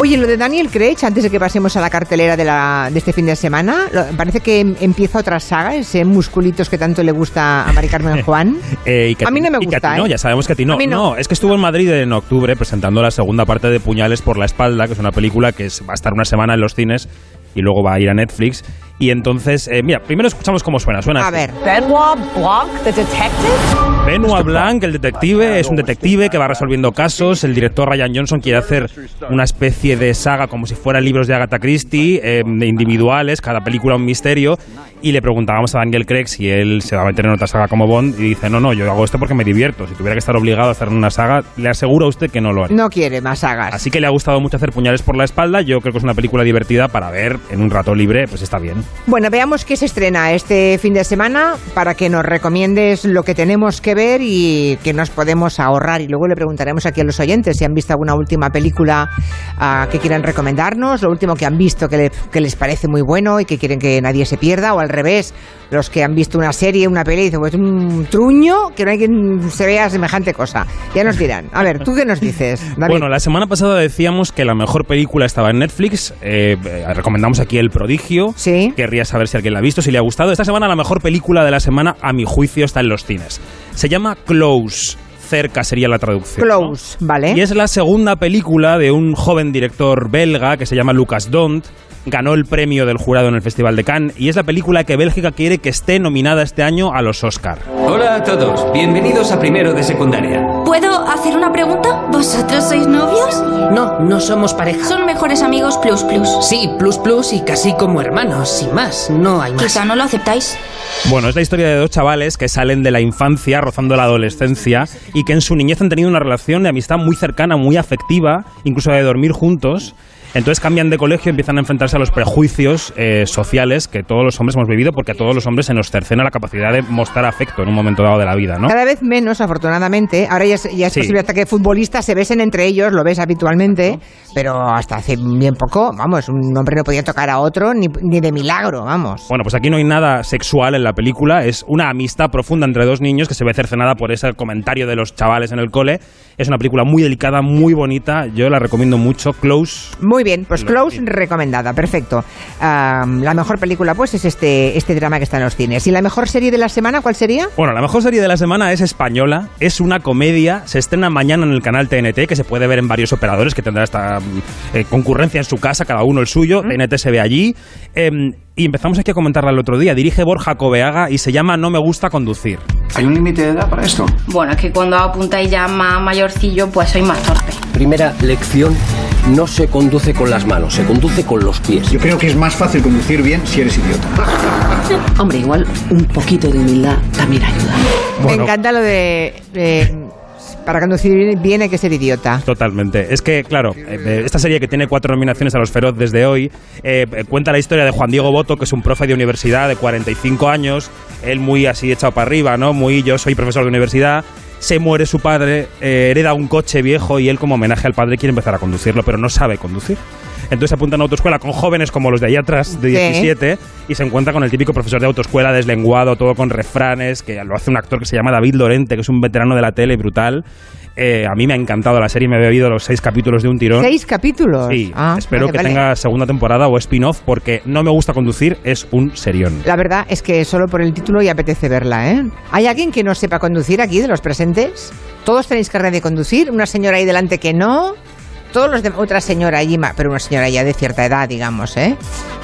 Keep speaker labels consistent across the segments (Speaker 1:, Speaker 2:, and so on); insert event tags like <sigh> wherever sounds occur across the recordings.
Speaker 1: Oye, lo de Daniel Craig, antes de que pasemos a la cartelera de, la, de este fin de semana, lo- parece que em- empieza otra saga, ese musculitos que tanto le gusta a Mari
Speaker 2: <laughs>
Speaker 1: Carmen Juan.
Speaker 2: Eh, y que
Speaker 1: A mí no me
Speaker 2: y que a ti
Speaker 1: gusta,
Speaker 2: No,
Speaker 1: ¿eh?
Speaker 2: ya sabemos que a ti no.
Speaker 1: A mí no.
Speaker 2: no. es que estuvo en Madrid en octubre presentando la segunda parte de Puñales por la espalda, que es una película que es- va a estar una semana en los cines y luego va a ir a Netflix. Y entonces, eh, mira, primero escuchamos cómo suena. Suena
Speaker 1: A
Speaker 2: así.
Speaker 1: ver.
Speaker 3: Benoit Blanc, the detective?
Speaker 2: Benoit Blanc, el detective, es un detective que va resolviendo casos. El director Ryan Johnson quiere hacer una especie de saga como si fueran libros de Agatha Christie, eh, de individuales, cada película un misterio. Y le preguntábamos a Daniel Craig si él se va a meter en otra saga como Bond y dice, no, no, yo hago esto porque me divierto. Si tuviera que estar obligado a hacer una saga, le aseguro a usted que no lo haría.
Speaker 1: No quiere más sagas.
Speaker 2: Así que le ha gustado mucho hacer Puñales por la espalda. Yo creo que es una película divertida para ver en un rato libre, pues está bien.
Speaker 1: Bueno, veamos qué se estrena este fin de semana para que nos recomiendes lo que tenemos que ver y que nos podemos ahorrar. Y luego le preguntaremos aquí a los oyentes si han visto alguna última película ah, que quieran recomendarnos, lo último que han visto que, le- que les parece muy bueno y que quieren que nadie se pierda, o al revés, los que han visto una serie, una peli, y dicen, pues un truño, que no hay quien se vea semejante cosa. Ya nos dirán. A ver, ¿tú qué nos dices, David?
Speaker 2: Bueno, la semana pasada decíamos que la mejor película estaba en Netflix. Eh, eh, recomendamos aquí El Prodigio.
Speaker 1: Sí.
Speaker 2: Querría saber si alguien la ha visto, si le ha gustado. Esta semana la mejor película de la semana, a mi juicio, está en los cines. Se llama Close. Cerca sería la traducción. ¿no?
Speaker 1: Close, ¿eh? ¿vale?
Speaker 2: Y es la segunda película de un joven director belga que se llama Lucas Dont. Ganó el premio del jurado en el Festival de Cannes y es la película que Bélgica quiere que esté nominada este año a los Oscar.
Speaker 4: Hola a todos, bienvenidos a primero de secundaria.
Speaker 5: ¿Puedo hacer una pregunta? ¿Vosotros sois novios?
Speaker 6: No, no somos pareja.
Speaker 5: Son mejores amigos plus plus.
Speaker 6: Sí, plus plus y casi como hermanos, sin más. No hay más.
Speaker 5: Quizá no lo aceptáis.
Speaker 2: Bueno, es la historia de dos chavales que salen de la infancia, rozando la adolescencia, y que en su niñez han tenido una relación de amistad muy cercana, muy afectiva, incluso de dormir juntos. Entonces cambian de colegio y empiezan a enfrentarse a los prejuicios eh, sociales que todos los hombres hemos vivido, porque a todos los hombres se nos cercena la capacidad de mostrar afecto en un momento dado de la vida, ¿no?
Speaker 1: Cada vez menos, afortunadamente. Ahora ya es, ya es
Speaker 2: Sí.
Speaker 1: posible hasta que futbolistas se besen entre ellos, lo ves habitualmente, pero hasta hace bien poco, vamos, un hombre no podía tocar a otro ni, ni de milagro, vamos.
Speaker 2: Bueno, pues aquí no hay nada sexual en la película, es una amistad profunda entre dos niños que se ve cercenada por ese comentario de los chavales en el cole. Es una película muy delicada, muy bonita, yo la recomiendo mucho, Close.
Speaker 1: Muy bien, pues
Speaker 2: Lo-
Speaker 1: Close recomendada, perfecto. Ah, la mejor película, pues, es este, este drama que está en los cines. ¿Y la mejor serie de la semana cuál sería?
Speaker 2: Bueno, la mejor serie de la semana es española, es una comedia, se estrena mañana en el canal TNT, que se puede ver en varios operadores, que tendrá esta mm, eh, concurrencia en su casa, cada uno el suyo, TNT se ve allí. Em, y empezamos aquí a comentarla el otro día, dirige Borja Coveaga y se llama No me gusta conducir.
Speaker 7: ¿Hay un límite de edad para esto?
Speaker 8: Bueno, es que cuando apuntáis ya más mayorcillo, pues soy más torpe.
Speaker 9: Primera lección, no se conduce con las manos, se conduce con los pies.
Speaker 7: Yo creo que es más fácil conducir bien si eres idiota.
Speaker 10: Hombre, igual un poquito de humildad también ayuda.
Speaker 1: Me
Speaker 2: Bueno.
Speaker 1: encanta lo de... eh, para conducir bien- bien hay que ser idiota.
Speaker 2: Totalmente. Es que, claro, eh, eh, esta serie que tiene cuatro nominaciones a los Feroz desde hoy, eh, eh, cuenta la historia de Juan Diego Boto, que es un profe de universidad de 45 años, él muy así echado para arriba, ¿no? Muy yo soy profesor de universidad. Se muere su padre, eh, hereda un coche viejo y él como homenaje al padre quiere empezar a conducirlo, pero no sabe conducir. Entonces se apunta a una autoescuela con jóvenes como los de allá atrás, de
Speaker 1: Sí.
Speaker 2: 17, y se encuentra con el típico profesor de autoescuela deslenguado, todo con refranes, que lo hace un actor que se llama David Lorente, que es un veterano de la tele brutal. Eh, a mí me ha encantado la serie, me he bebido los seis capítulos de un tirón.
Speaker 1: ¿Seis capítulos?
Speaker 2: Sí,
Speaker 1: Ah,
Speaker 2: espero
Speaker 1: vale,
Speaker 2: que
Speaker 1: vale.
Speaker 2: tenga segunda temporada o spin-off, porque no me gusta conducir, es un serión.
Speaker 1: La verdad es que solo por el título ya apetece verla, ¿eh? ¿Hay alguien que no sepa conducir aquí de los presentes? ¿Todos tenéis carrera de conducir? ¿Una señora ahí delante que no? Todos los dem- otra señora allí, ma- pero una señora ya de cierta edad, digamos, ¿eh?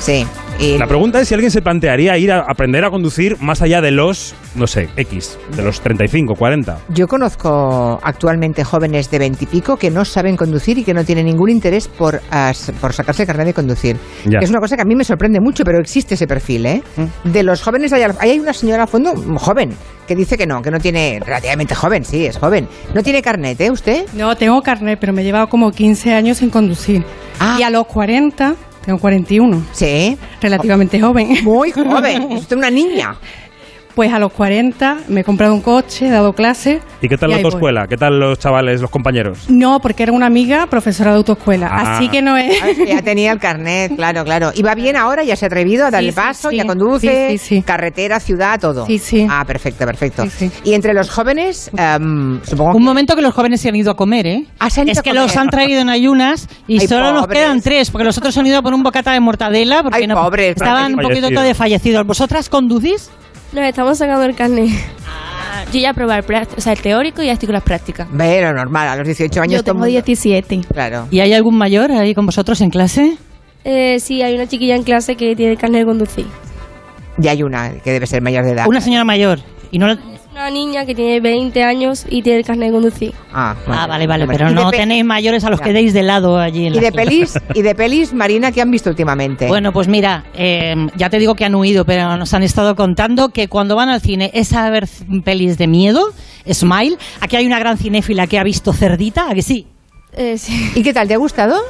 Speaker 1: Sí. Y
Speaker 2: La pregunta es si alguien se plantearía ir a aprender a conducir más allá de los, no sé, X, de los 35, 40.
Speaker 1: yo conozco actualmente jóvenes de veintipico que no saben conducir y que no tienen ningún interés por, ah, s- por sacarse carrera de conducir.
Speaker 2: Ya.
Speaker 1: Es una cosa que a mí me sorprende mucho, pero existe ese perfil, ¿eh? De los jóvenes de allá al- ahí hay una señora a fondo, mm, joven, que dice que no, que no tiene, relativamente joven, sí, es joven. No tiene carnet, ¿eh? ¿Usted?
Speaker 11: No, tengo carnet, pero me he llevado como 15 años sin conducir.
Speaker 1: Ah.
Speaker 11: Y a los 40, tengo 41,
Speaker 1: Sí.
Speaker 11: relativamente joven.
Speaker 1: Muy joven. Es usted una niña.
Speaker 11: Pues a los 40 me he comprado un coche, he dado clases.
Speaker 2: ¿Y qué tal la
Speaker 11: ahí voy.
Speaker 2: autoescuela? ¿Qué tal los chavales, los compañeros?
Speaker 11: No, porque era una amiga profesora de autoescuela,
Speaker 2: Ah.
Speaker 11: así que no es...
Speaker 1: Ah, es que Ya tenía el carnet, claro, claro. ¿Y va bien ahora? ¿Ya se ha atrevido a darle
Speaker 11: sí,
Speaker 1: paso?
Speaker 11: sí.
Speaker 1: ¿Ya conduce?
Speaker 11: Sí, sí, sí.
Speaker 1: Carretera, ciudad, todo.
Speaker 11: Sí, sí.
Speaker 1: Ah, perfecto, perfecto.
Speaker 11: Sí, sí.
Speaker 1: Y entre los jóvenes, em, supongo
Speaker 12: Un momento que los jóvenes se han ido a comer, ¿eh?
Speaker 1: Ah, se han ido
Speaker 12: es
Speaker 1: a
Speaker 12: que
Speaker 1: comer.
Speaker 12: los han traído en ayunas y
Speaker 1: Ay,
Speaker 12: solo nos
Speaker 1: pobres.
Speaker 12: quedan tres, porque los otros han ido a por un bocata de mortadela, porque
Speaker 1: Ay,
Speaker 12: no,
Speaker 1: pobres,
Speaker 12: estaban un poquito
Speaker 2: Fallecido.
Speaker 12: de fallecidos. ¿Vosotras conducís?
Speaker 13: Nos estamos sacando el carnet. Ah, Yo ya probé el, práct- o sea, el teórico y ya estoy con las prácticas.
Speaker 1: Bueno, normal, a los 18 años.
Speaker 13: Yo tengo
Speaker 12: 17.
Speaker 1: Claro.
Speaker 12: ¿Y hay algún mayor ahí con vosotros en clase?
Speaker 13: Eh, sí, hay una chiquilla en clase que tiene el carnet de conducir.
Speaker 1: Ya hay una que debe ser mayor de edad.
Speaker 12: Una señora mayor. Y no la-
Speaker 13: Una niña que tiene 20 años y tiene el carnet de conducir.
Speaker 1: Ah,
Speaker 12: Ah, vale, vale,
Speaker 1: Bueno.
Speaker 12: pero
Speaker 1: ¿Y de
Speaker 12: no
Speaker 1: pe-
Speaker 12: tenéis mayores a los
Speaker 1: Ya.
Speaker 12: que deis de lado allí en
Speaker 1: ¿Y
Speaker 12: las
Speaker 1: de
Speaker 12: clases.
Speaker 1: pelis? ¿Y de pelis, Marina, qué han visto últimamente?
Speaker 12: Bueno, pues mira, eh, ya te digo que han huido, pero nos han estado contando que cuando van al cine es a ver c- pelis de miedo, Smile. Aquí hay una gran cinéfila que ha visto Cerdita, ¿a que sí?
Speaker 13: Eh, sí.
Speaker 1: ¿Y qué tal? ¿Te ha gustado?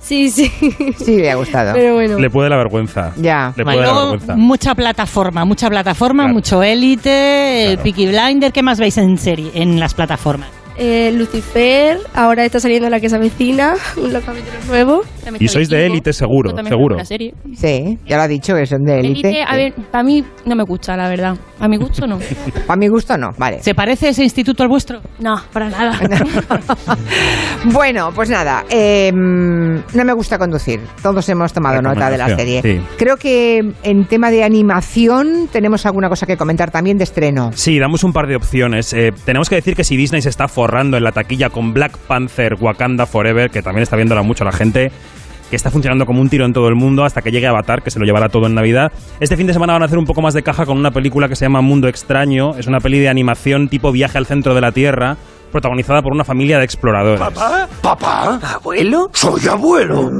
Speaker 13: Sí, sí.
Speaker 1: Sí, le ha gustado.
Speaker 13: Pero bueno.
Speaker 2: Le puede la vergüenza.
Speaker 1: Ya.
Speaker 2: Le
Speaker 12: Vale.
Speaker 2: puede la
Speaker 12: Luego,
Speaker 2: vergüenza.
Speaker 12: mucha plataforma, mucha plataforma,
Speaker 2: Claro.
Speaker 12: mucho Eh, élite, el
Speaker 2: Claro.
Speaker 12: Peaky Blinder, ¿qué más veis en serie, en las plataformas?
Speaker 13: Eh, Lucifer, ahora está saliendo la que se avecina, <laughs> un capítulo nuevo.
Speaker 2: Y sois de élite, seguro, seguro.
Speaker 1: Sí, ya lo ha dicho, que son de élite.
Speaker 14: a
Speaker 12: eh.
Speaker 14: ver, para mí no me gusta, la verdad. A mi gusto
Speaker 12: <laughs>
Speaker 14: no.
Speaker 1: A mi gusto no, vale.
Speaker 12: ¿Se parece ese instituto al vuestro?
Speaker 14: No, para nada.
Speaker 1: <laughs>
Speaker 14: <laughs>
Speaker 1: Bueno, pues nada, eh, no me gusta conducir. Todos hemos tomado nota de la serie.
Speaker 2: Recomendación, sí.
Speaker 1: Creo que en tema de animación tenemos alguna cosa que comentar también de estreno.
Speaker 2: Sí, damos un par de opciones. Eh, tenemos que decir que si Disney se está forrando en la taquilla con Black Panther Wakanda Forever, que también está viéndola mucho la gente, que está funcionando como un tiro en todo el mundo hasta que llegue Avatar, que se lo llevará todo en Navidad. Este fin de semana van a hacer un poco más de caja con una película que se llama Mundo Extraño. Es una peli de animación tipo viaje al centro de la Tierra, protagonizada por una familia de exploradores.
Speaker 15: ¿Papá? ¿Papá?
Speaker 9: ¿Abuelo?
Speaker 15: Soy abuelo.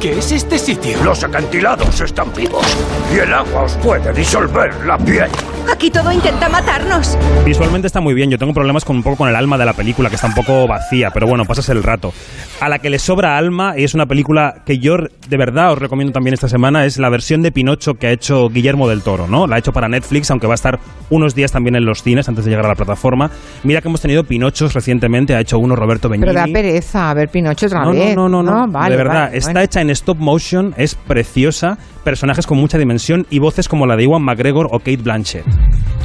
Speaker 9: ¿Qué es este sitio?
Speaker 15: Los acantilados están vivos y el agua os puede disolver la piel.
Speaker 16: Aquí todo intenta matarnos.
Speaker 2: Visualmente está muy bien, yo tengo problemas con un poco con el alma de la película, que está un poco vacía, pero bueno, pasas el rato. A la que le sobra alma, y es una película que yo de verdad os recomiendo también esta semana, es la versión de Pinocho que ha hecho Guillermo del Toro, ¿no? La ha hecho para Netflix, aunque va a estar unos días también en los cines antes de llegar a la plataforma. Mira que hemos tenido Pinochos recientemente, ha hecho uno Roberto
Speaker 1: Pero da
Speaker 2: Benigni.
Speaker 1: pereza a ver Pinocho otra
Speaker 2: No,
Speaker 1: vez.
Speaker 2: no, no, no, no.
Speaker 1: vale,
Speaker 2: de verdad,
Speaker 1: vale,
Speaker 2: está
Speaker 1: bueno.
Speaker 2: hecha en stop motion, es preciosa, personajes con mucha dimensión y voces como la de Iwan McGregor o Kate Blanchett.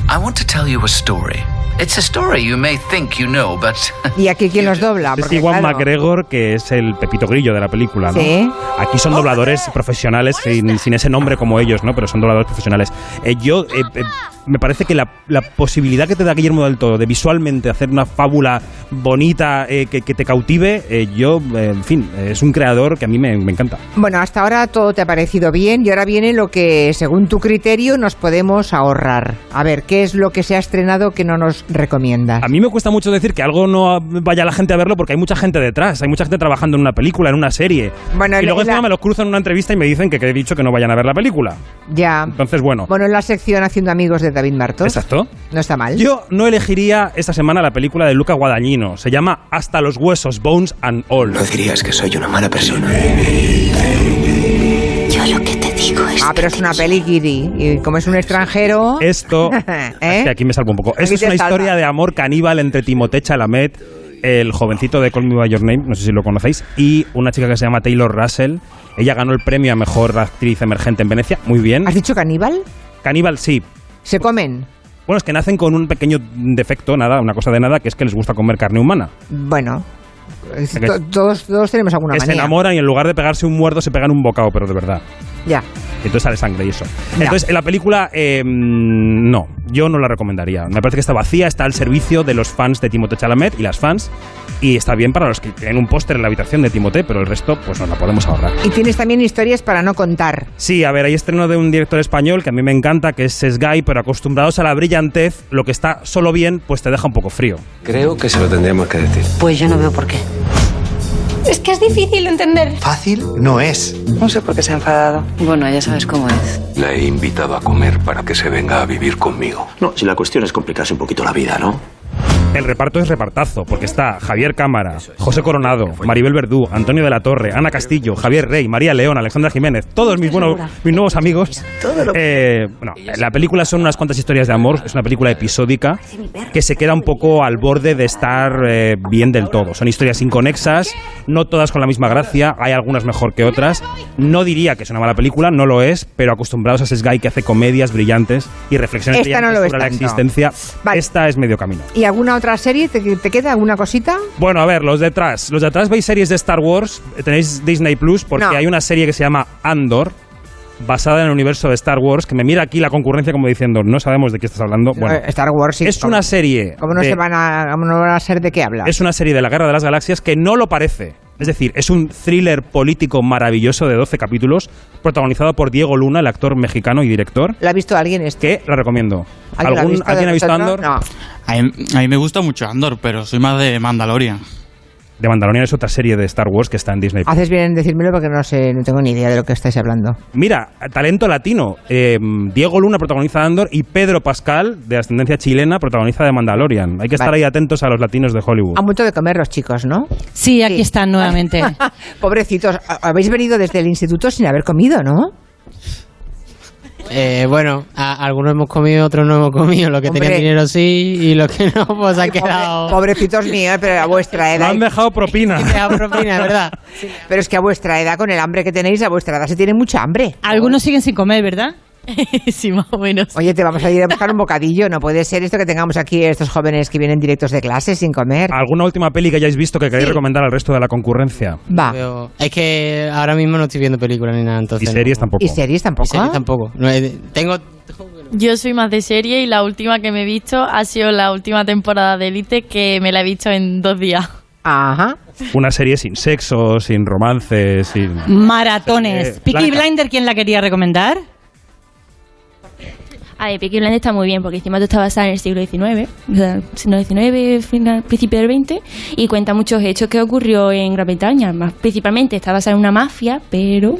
Speaker 17: I want to tell you a story. It's a story you may think you know, but <laughs>
Speaker 1: ¿Y aquí quién los dobla?
Speaker 2: Es
Speaker 1: Porque,
Speaker 2: Iwan
Speaker 1: claro,
Speaker 2: McGregor, que es el Pepito Grillo de la película, ¿no?
Speaker 1: Sí. Oh,
Speaker 2: Aquí son dobladores profesionales sin, sin ese nombre como ellos, ¿no? Pero son dobladores profesionales. Eh, yo, eh, eh, me parece que la, la posibilidad que te da Guillermo del Toro de visualmente hacer una fábula bonita eh, que, que te cautive, eh, yo, eh, en fin, eh, es un creador que a mí me, me encanta.
Speaker 1: Bueno, hasta ahora todo te ha parecido bien y ahora viene lo que, según tu criterio, nos podemos ahorrar. A ver, ¿qué es lo que se ha estrenado que no nos recomiendas?
Speaker 2: A mí me cuesta mucho decir que algo no vaya la gente a verlo porque hay mucha gente detrás, hay mucha gente trabajando en una película, en una serie.
Speaker 1: Bueno,
Speaker 2: y luego
Speaker 1: la-
Speaker 2: encima me los cruzo en una entrevista y me dicen que, que he dicho que no vayan a ver la película.
Speaker 1: Ya.
Speaker 2: Entonces, bueno.
Speaker 1: Bueno, en la sección Haciendo Amigos de David Martos.
Speaker 2: Exacto.
Speaker 1: No está mal.
Speaker 2: Yo no elegiría esta semana la película de Luca Guadagnino. Se llama Hasta los huesos, Bones and
Speaker 1: <laughs>
Speaker 2: All. No dirías que soy una mala persona.
Speaker 1: Yo lo que te digo es. Ah, pero es una peli guiri. Y como es un extranjero.
Speaker 2: Esto.
Speaker 1: ¿Eh?
Speaker 2: Es que aquí me salvo un poco. Esto
Speaker 1: Aquí
Speaker 2: es
Speaker 1: te
Speaker 2: una
Speaker 1: salva.
Speaker 2: historia de amor caníbal entre Timothée Chalamet, el jovencito de Call Me By Your Name, no sé si lo conocéis, y una chica que se llama Taylor Russell. Ella ganó el premio a mejor actriz emergente en Venecia. Muy bien. ¿Has
Speaker 1: dicho caníbal?
Speaker 2: Caníbal, sí.
Speaker 1: ¿Se comen?
Speaker 2: Bueno, es que nacen con un pequeño defecto, nada, una cosa de nada, que es que les gusta comer carne humana.
Speaker 1: Bueno. es-
Speaker 2: Que-
Speaker 1: to- todos, todos tenemos alguna
Speaker 2: que se
Speaker 1: manía.
Speaker 2: enamoran y en lugar de pegarse un muerdo se pegan un bocado, pero de verdad.
Speaker 1: Ya.
Speaker 2: Y Entonces sale sangre y eso.
Speaker 1: Ya.
Speaker 2: Entonces, en la película, eh, mm, no, yo no la recomendaría. Me parece que está vacía, está al servicio de los fans de Timothée Chalamet y las fans. Y está bien para los que tienen un póster en la habitación de Timothée, pero el resto, pues nos la podemos ahorrar.
Speaker 1: Y tienes también historias para no contar.
Speaker 2: Sí, a ver, hay estreno de un director español que a mí me encanta, que es Sky, pero acostumbrados a la brillantez, lo que está solo bien, pues te deja un poco frío.
Speaker 18: Creo que se lo tendríamos que decir.
Speaker 10: Pues yo no veo por qué.
Speaker 16: Es que es difícil entender.
Speaker 18: Fácil no es.
Speaker 10: No sé por qué se ha enfadado. Bueno, ya sabes cómo es.
Speaker 18: La he invitado a comer para que se venga a vivir conmigo.
Speaker 19: No, si la cuestión es complicarse un poquito la vida, ¿no?
Speaker 2: El reparto es repartazo, porque está Javier Cámara, José Coronado, Maribel Verdú, Antonio de la Torre, Ana Castillo, Javier Rey, María León, Alexandra Jiménez, todos mis, buenos, mis nuevos amigos. Eh, bueno, la película son unas cuantas historias de amor, es una película episódica que se queda un poco al borde de estar eh, bien del todo. Son historias inconexas, no todas con la misma gracia, hay algunas mejor que otras. No diría que es una mala película, no lo es, pero acostumbrados a ese guy que hace comedias brillantes y reflexiones
Speaker 1: Esta no
Speaker 2: brillantes
Speaker 1: lo es
Speaker 2: sobre la
Speaker 1: tanto.
Speaker 2: existencia, esta es medio camino.
Speaker 1: ¿Y alguna otra serie? ¿Te, te queda alguna cosita?
Speaker 2: Bueno, a ver, los de atrás. Los de atrás veis series de Star Wars, tenéis Disney Plus, porque
Speaker 1: No.
Speaker 2: hay una serie que se llama Andor, basada en el universo de Star Wars, que me mira aquí la concurrencia como diciendo, no sabemos de qué estás hablando. Bueno,
Speaker 1: Eh, Star Wars sí.
Speaker 2: es una serie.
Speaker 1: ¿Cómo no,
Speaker 2: de-
Speaker 1: se van a, cómo no van a ser de qué habla?
Speaker 2: es una serie de la Guerra de las Galaxias que no lo parece. Es decir, es un thriller político maravilloso de 12 capítulos, protagonizado por Diego Luna, el actor mexicano y director.
Speaker 1: ¿La ha visto alguien este?
Speaker 2: Que la recomiendo.
Speaker 1: ¿Alguien la ha
Speaker 2: ¿Algún-
Speaker 1: visto de
Speaker 2: ¿alguien ha visto
Speaker 1: vosotros?
Speaker 2: Andor?
Speaker 1: No.
Speaker 19: A mí, a mí me gusta mucho Andor, pero soy más de Mandalorian.
Speaker 2: De Mandalorian es otra serie de Star Wars que está en Disney.
Speaker 1: Haces bien en decírmelo porque no sé, no tengo ni idea de lo que estáis hablando.
Speaker 2: Mira, talento latino. Eh, Diego Luna protagoniza Andor y Pedro Pascal, de ascendencia chilena, protagoniza de Mandalorian. Hay que estar
Speaker 1: Vale.
Speaker 2: ahí atentos a los latinos de Hollywood.
Speaker 1: Han vuelto de comer los chicos, ¿no?
Speaker 12: Sí, aquí están
Speaker 14: <laughs>
Speaker 12: nuevamente.
Speaker 1: <laughs> Pobrecitos, a- habéis venido desde el instituto sin haber comido, ¿no?
Speaker 20: Eh, bueno, a- algunos hemos comido, otros no hemos comido. Los que
Speaker 1: Hombre.
Speaker 20: tenían dinero sí y los que no, pues ha
Speaker 1: Pobre-
Speaker 20: quedado.
Speaker 1: pobrecitos míos, pero a vuestra edad.
Speaker 2: han
Speaker 1: <laughs>
Speaker 2: dejado propina.
Speaker 20: propina, ¿verdad?
Speaker 1: Pero es que a vuestra edad, con el hambre que tenéis, a vuestra edad se tiene mucha hambre.
Speaker 20: Ah,
Speaker 12: Algunos siguen sin comer, ¿verdad?
Speaker 1: sí, más o menos. Oye, te vamos a ir a buscar un bocadillo. No puede ser esto que tengamos aquí estos jóvenes que vienen directos de clase sin comer.
Speaker 2: ¿Alguna última peli que hayáis visto que queréis recomendar al resto de la concurrencia?
Speaker 1: Va.
Speaker 20: Pero es que ahora mismo no estoy viendo películas ni nada, entonces.
Speaker 2: ¿Y series
Speaker 20: no.
Speaker 2: tampoco? ¿Y
Speaker 1: series tampoco?
Speaker 20: Y series tampoco. No, eh, tengo.
Speaker 13: Yo soy más de serie y la última que me he visto ha sido la última temporada de Elite que me la he visto en dos días.
Speaker 1: Ajá.
Speaker 2: Una serie sin sexo, sin romance, sin...
Speaker 12: Maratones.
Speaker 2: Eh,
Speaker 12: Peaky
Speaker 2: Blanca.
Speaker 12: Blinder, ¿quién la quería recomendar?
Speaker 13: A ver, Peaky Blinders está muy bien porque encima tú está basada en el siglo XIX, o sea, siglo XIX, final, principio del XX, y cuenta muchos hechos que ocurrió en Gran Bretaña. Más, principalmente está basada en una mafia, pero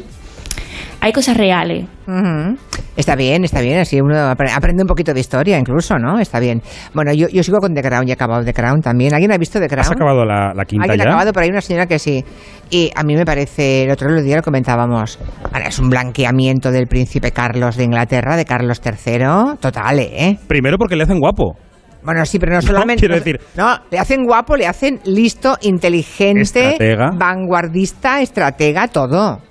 Speaker 13: hay cosas reales.
Speaker 1: Ujú. Está bien, está bien. Así uno apre- aprende un poquito de historia, incluso, ¿no? Está bien. Bueno, yo, yo sigo con The Crown y he acabado The Crown también. ¿Alguien ha visto The Crown?
Speaker 2: ¿Has acabado la, la quinta
Speaker 1: Alguien
Speaker 2: ya?
Speaker 1: ha acabado, pero hay una señora que sí. Y a mí me parece, el otro día lo comentábamos, ahora es un blanqueamiento del príncipe Carlos de Inglaterra, de Carlos III, total, ¿eh?
Speaker 2: Primero porque le hacen guapo.
Speaker 1: Bueno, sí, pero no solamente...
Speaker 2: quiero decir-
Speaker 1: No, le hacen guapo, le hacen listo, inteligente,
Speaker 2: Estratega.
Speaker 1: vanguardista, estratega, todo.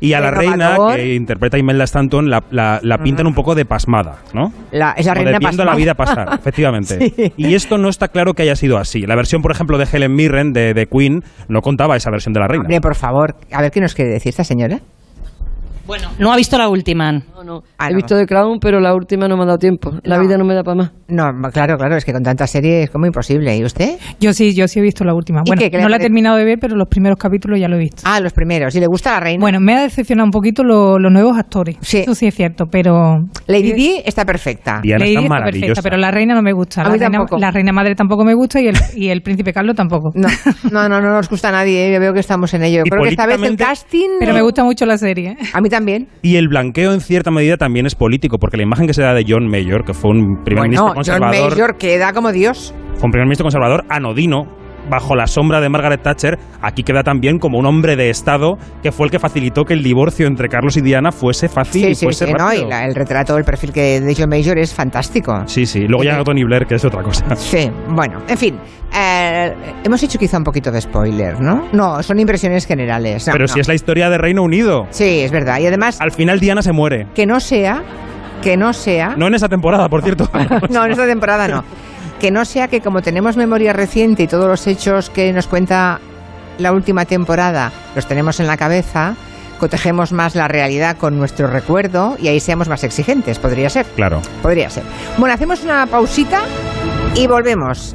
Speaker 2: Y a la reina,
Speaker 1: Innovador.
Speaker 2: que interpreta Imelda Stanton, la, la- la pintan un poco de pasmada, ¿no?
Speaker 1: La- es la
Speaker 2: Como
Speaker 1: reina
Speaker 2: de viendo la
Speaker 1: pasmada. <laughs>
Speaker 2: vida pasar, efectivamente.
Speaker 1: Sí.
Speaker 2: Y esto no está claro que haya sido así. La versión, por ejemplo, de Helen Mirren, de, de Queen, no contaba esa versión de la reina.
Speaker 1: Hombre, por favor, a ver qué nos quiere decir esta señora.
Speaker 12: No ha visto la última.
Speaker 21: He visto The Crown, pero la última no me ha dado tiempo. La vida no me da para más.
Speaker 1: No, claro, claro, es que con tanta serie es como imposible. ¿Y usted?
Speaker 22: Yo sí, yo sí he visto la última.
Speaker 1: ¿Y
Speaker 22: Bueno,
Speaker 1: qué? ¿Qué le
Speaker 22: no la he
Speaker 1: parece?
Speaker 22: terminado de ver, pero los primeros capítulos ya lo he visto.
Speaker 1: Ah, los primeros. ¿Y le gusta la reina?
Speaker 22: Bueno, me ha decepcionado un poquito lo- los nuevos actores. Eso sí es cierto, pero...
Speaker 21: eh,
Speaker 1: Lady Di está perfecta. Lady
Speaker 22: Lady Di está perfecta, pero la reina no me gusta.
Speaker 1: A
Speaker 22: La,
Speaker 1: mí
Speaker 22: reina,
Speaker 1: tampoco.
Speaker 22: la reina madre tampoco me gusta y el, y el príncipe Carlos tampoco.
Speaker 1: No, no, no, no nos gusta a nadie. ¿eh? Yo veo que estamos en ello. Yo
Speaker 22: Y
Speaker 1: Creo que esta vez el
Speaker 22: políticamente-
Speaker 1: casting.
Speaker 22: <laughs> Pero me gusta mucho la serie.
Speaker 1: A mí también.
Speaker 2: Y el blanqueo, en cierta medida, también es político, porque la imagen que se da de John Mayor, que fue un primer ministro
Speaker 1: Bueno, John
Speaker 2: conservador,
Speaker 1: Major queda como Dios.
Speaker 2: fue un primer ministro conservador anodino, bajo la sombra de Margaret Thatcher, aquí queda también como un hombre de Estado, que fue el que facilitó que el divorcio entre Carlos y Diana fuese fácil
Speaker 1: Sí,
Speaker 2: y
Speaker 1: sí,
Speaker 2: fuese
Speaker 1: sí, ¿no?
Speaker 2: rápido.
Speaker 1: Y la- el retrato, el perfil que de John Major es fantástico.
Speaker 2: Sí, sí. Luego llega Tony Blair, que es otra cosa.
Speaker 1: Sí, bueno, en fin. eh, hemos hecho quizá un poquito de spoiler, ¿no? No, son impresiones generales. no,
Speaker 2: Pero
Speaker 1: no.
Speaker 2: si es la historia de Reino Unido.
Speaker 1: Sí, es verdad. Y además.
Speaker 2: Al final Diana se muere.
Speaker 1: Que no sea. Que no sea.
Speaker 2: No en esa temporada, por cierto.
Speaker 1: <laughs> No, en esta temporada no. Que no sea que como tenemos memoria reciente y todos los hechos que nos cuenta la última temporada los tenemos en la cabeza, cotejemos más la realidad con nuestro recuerdo y ahí seamos más exigentes. Podría ser.
Speaker 2: Claro.
Speaker 1: Podría ser. Bueno, hacemos una pausita y volvemos.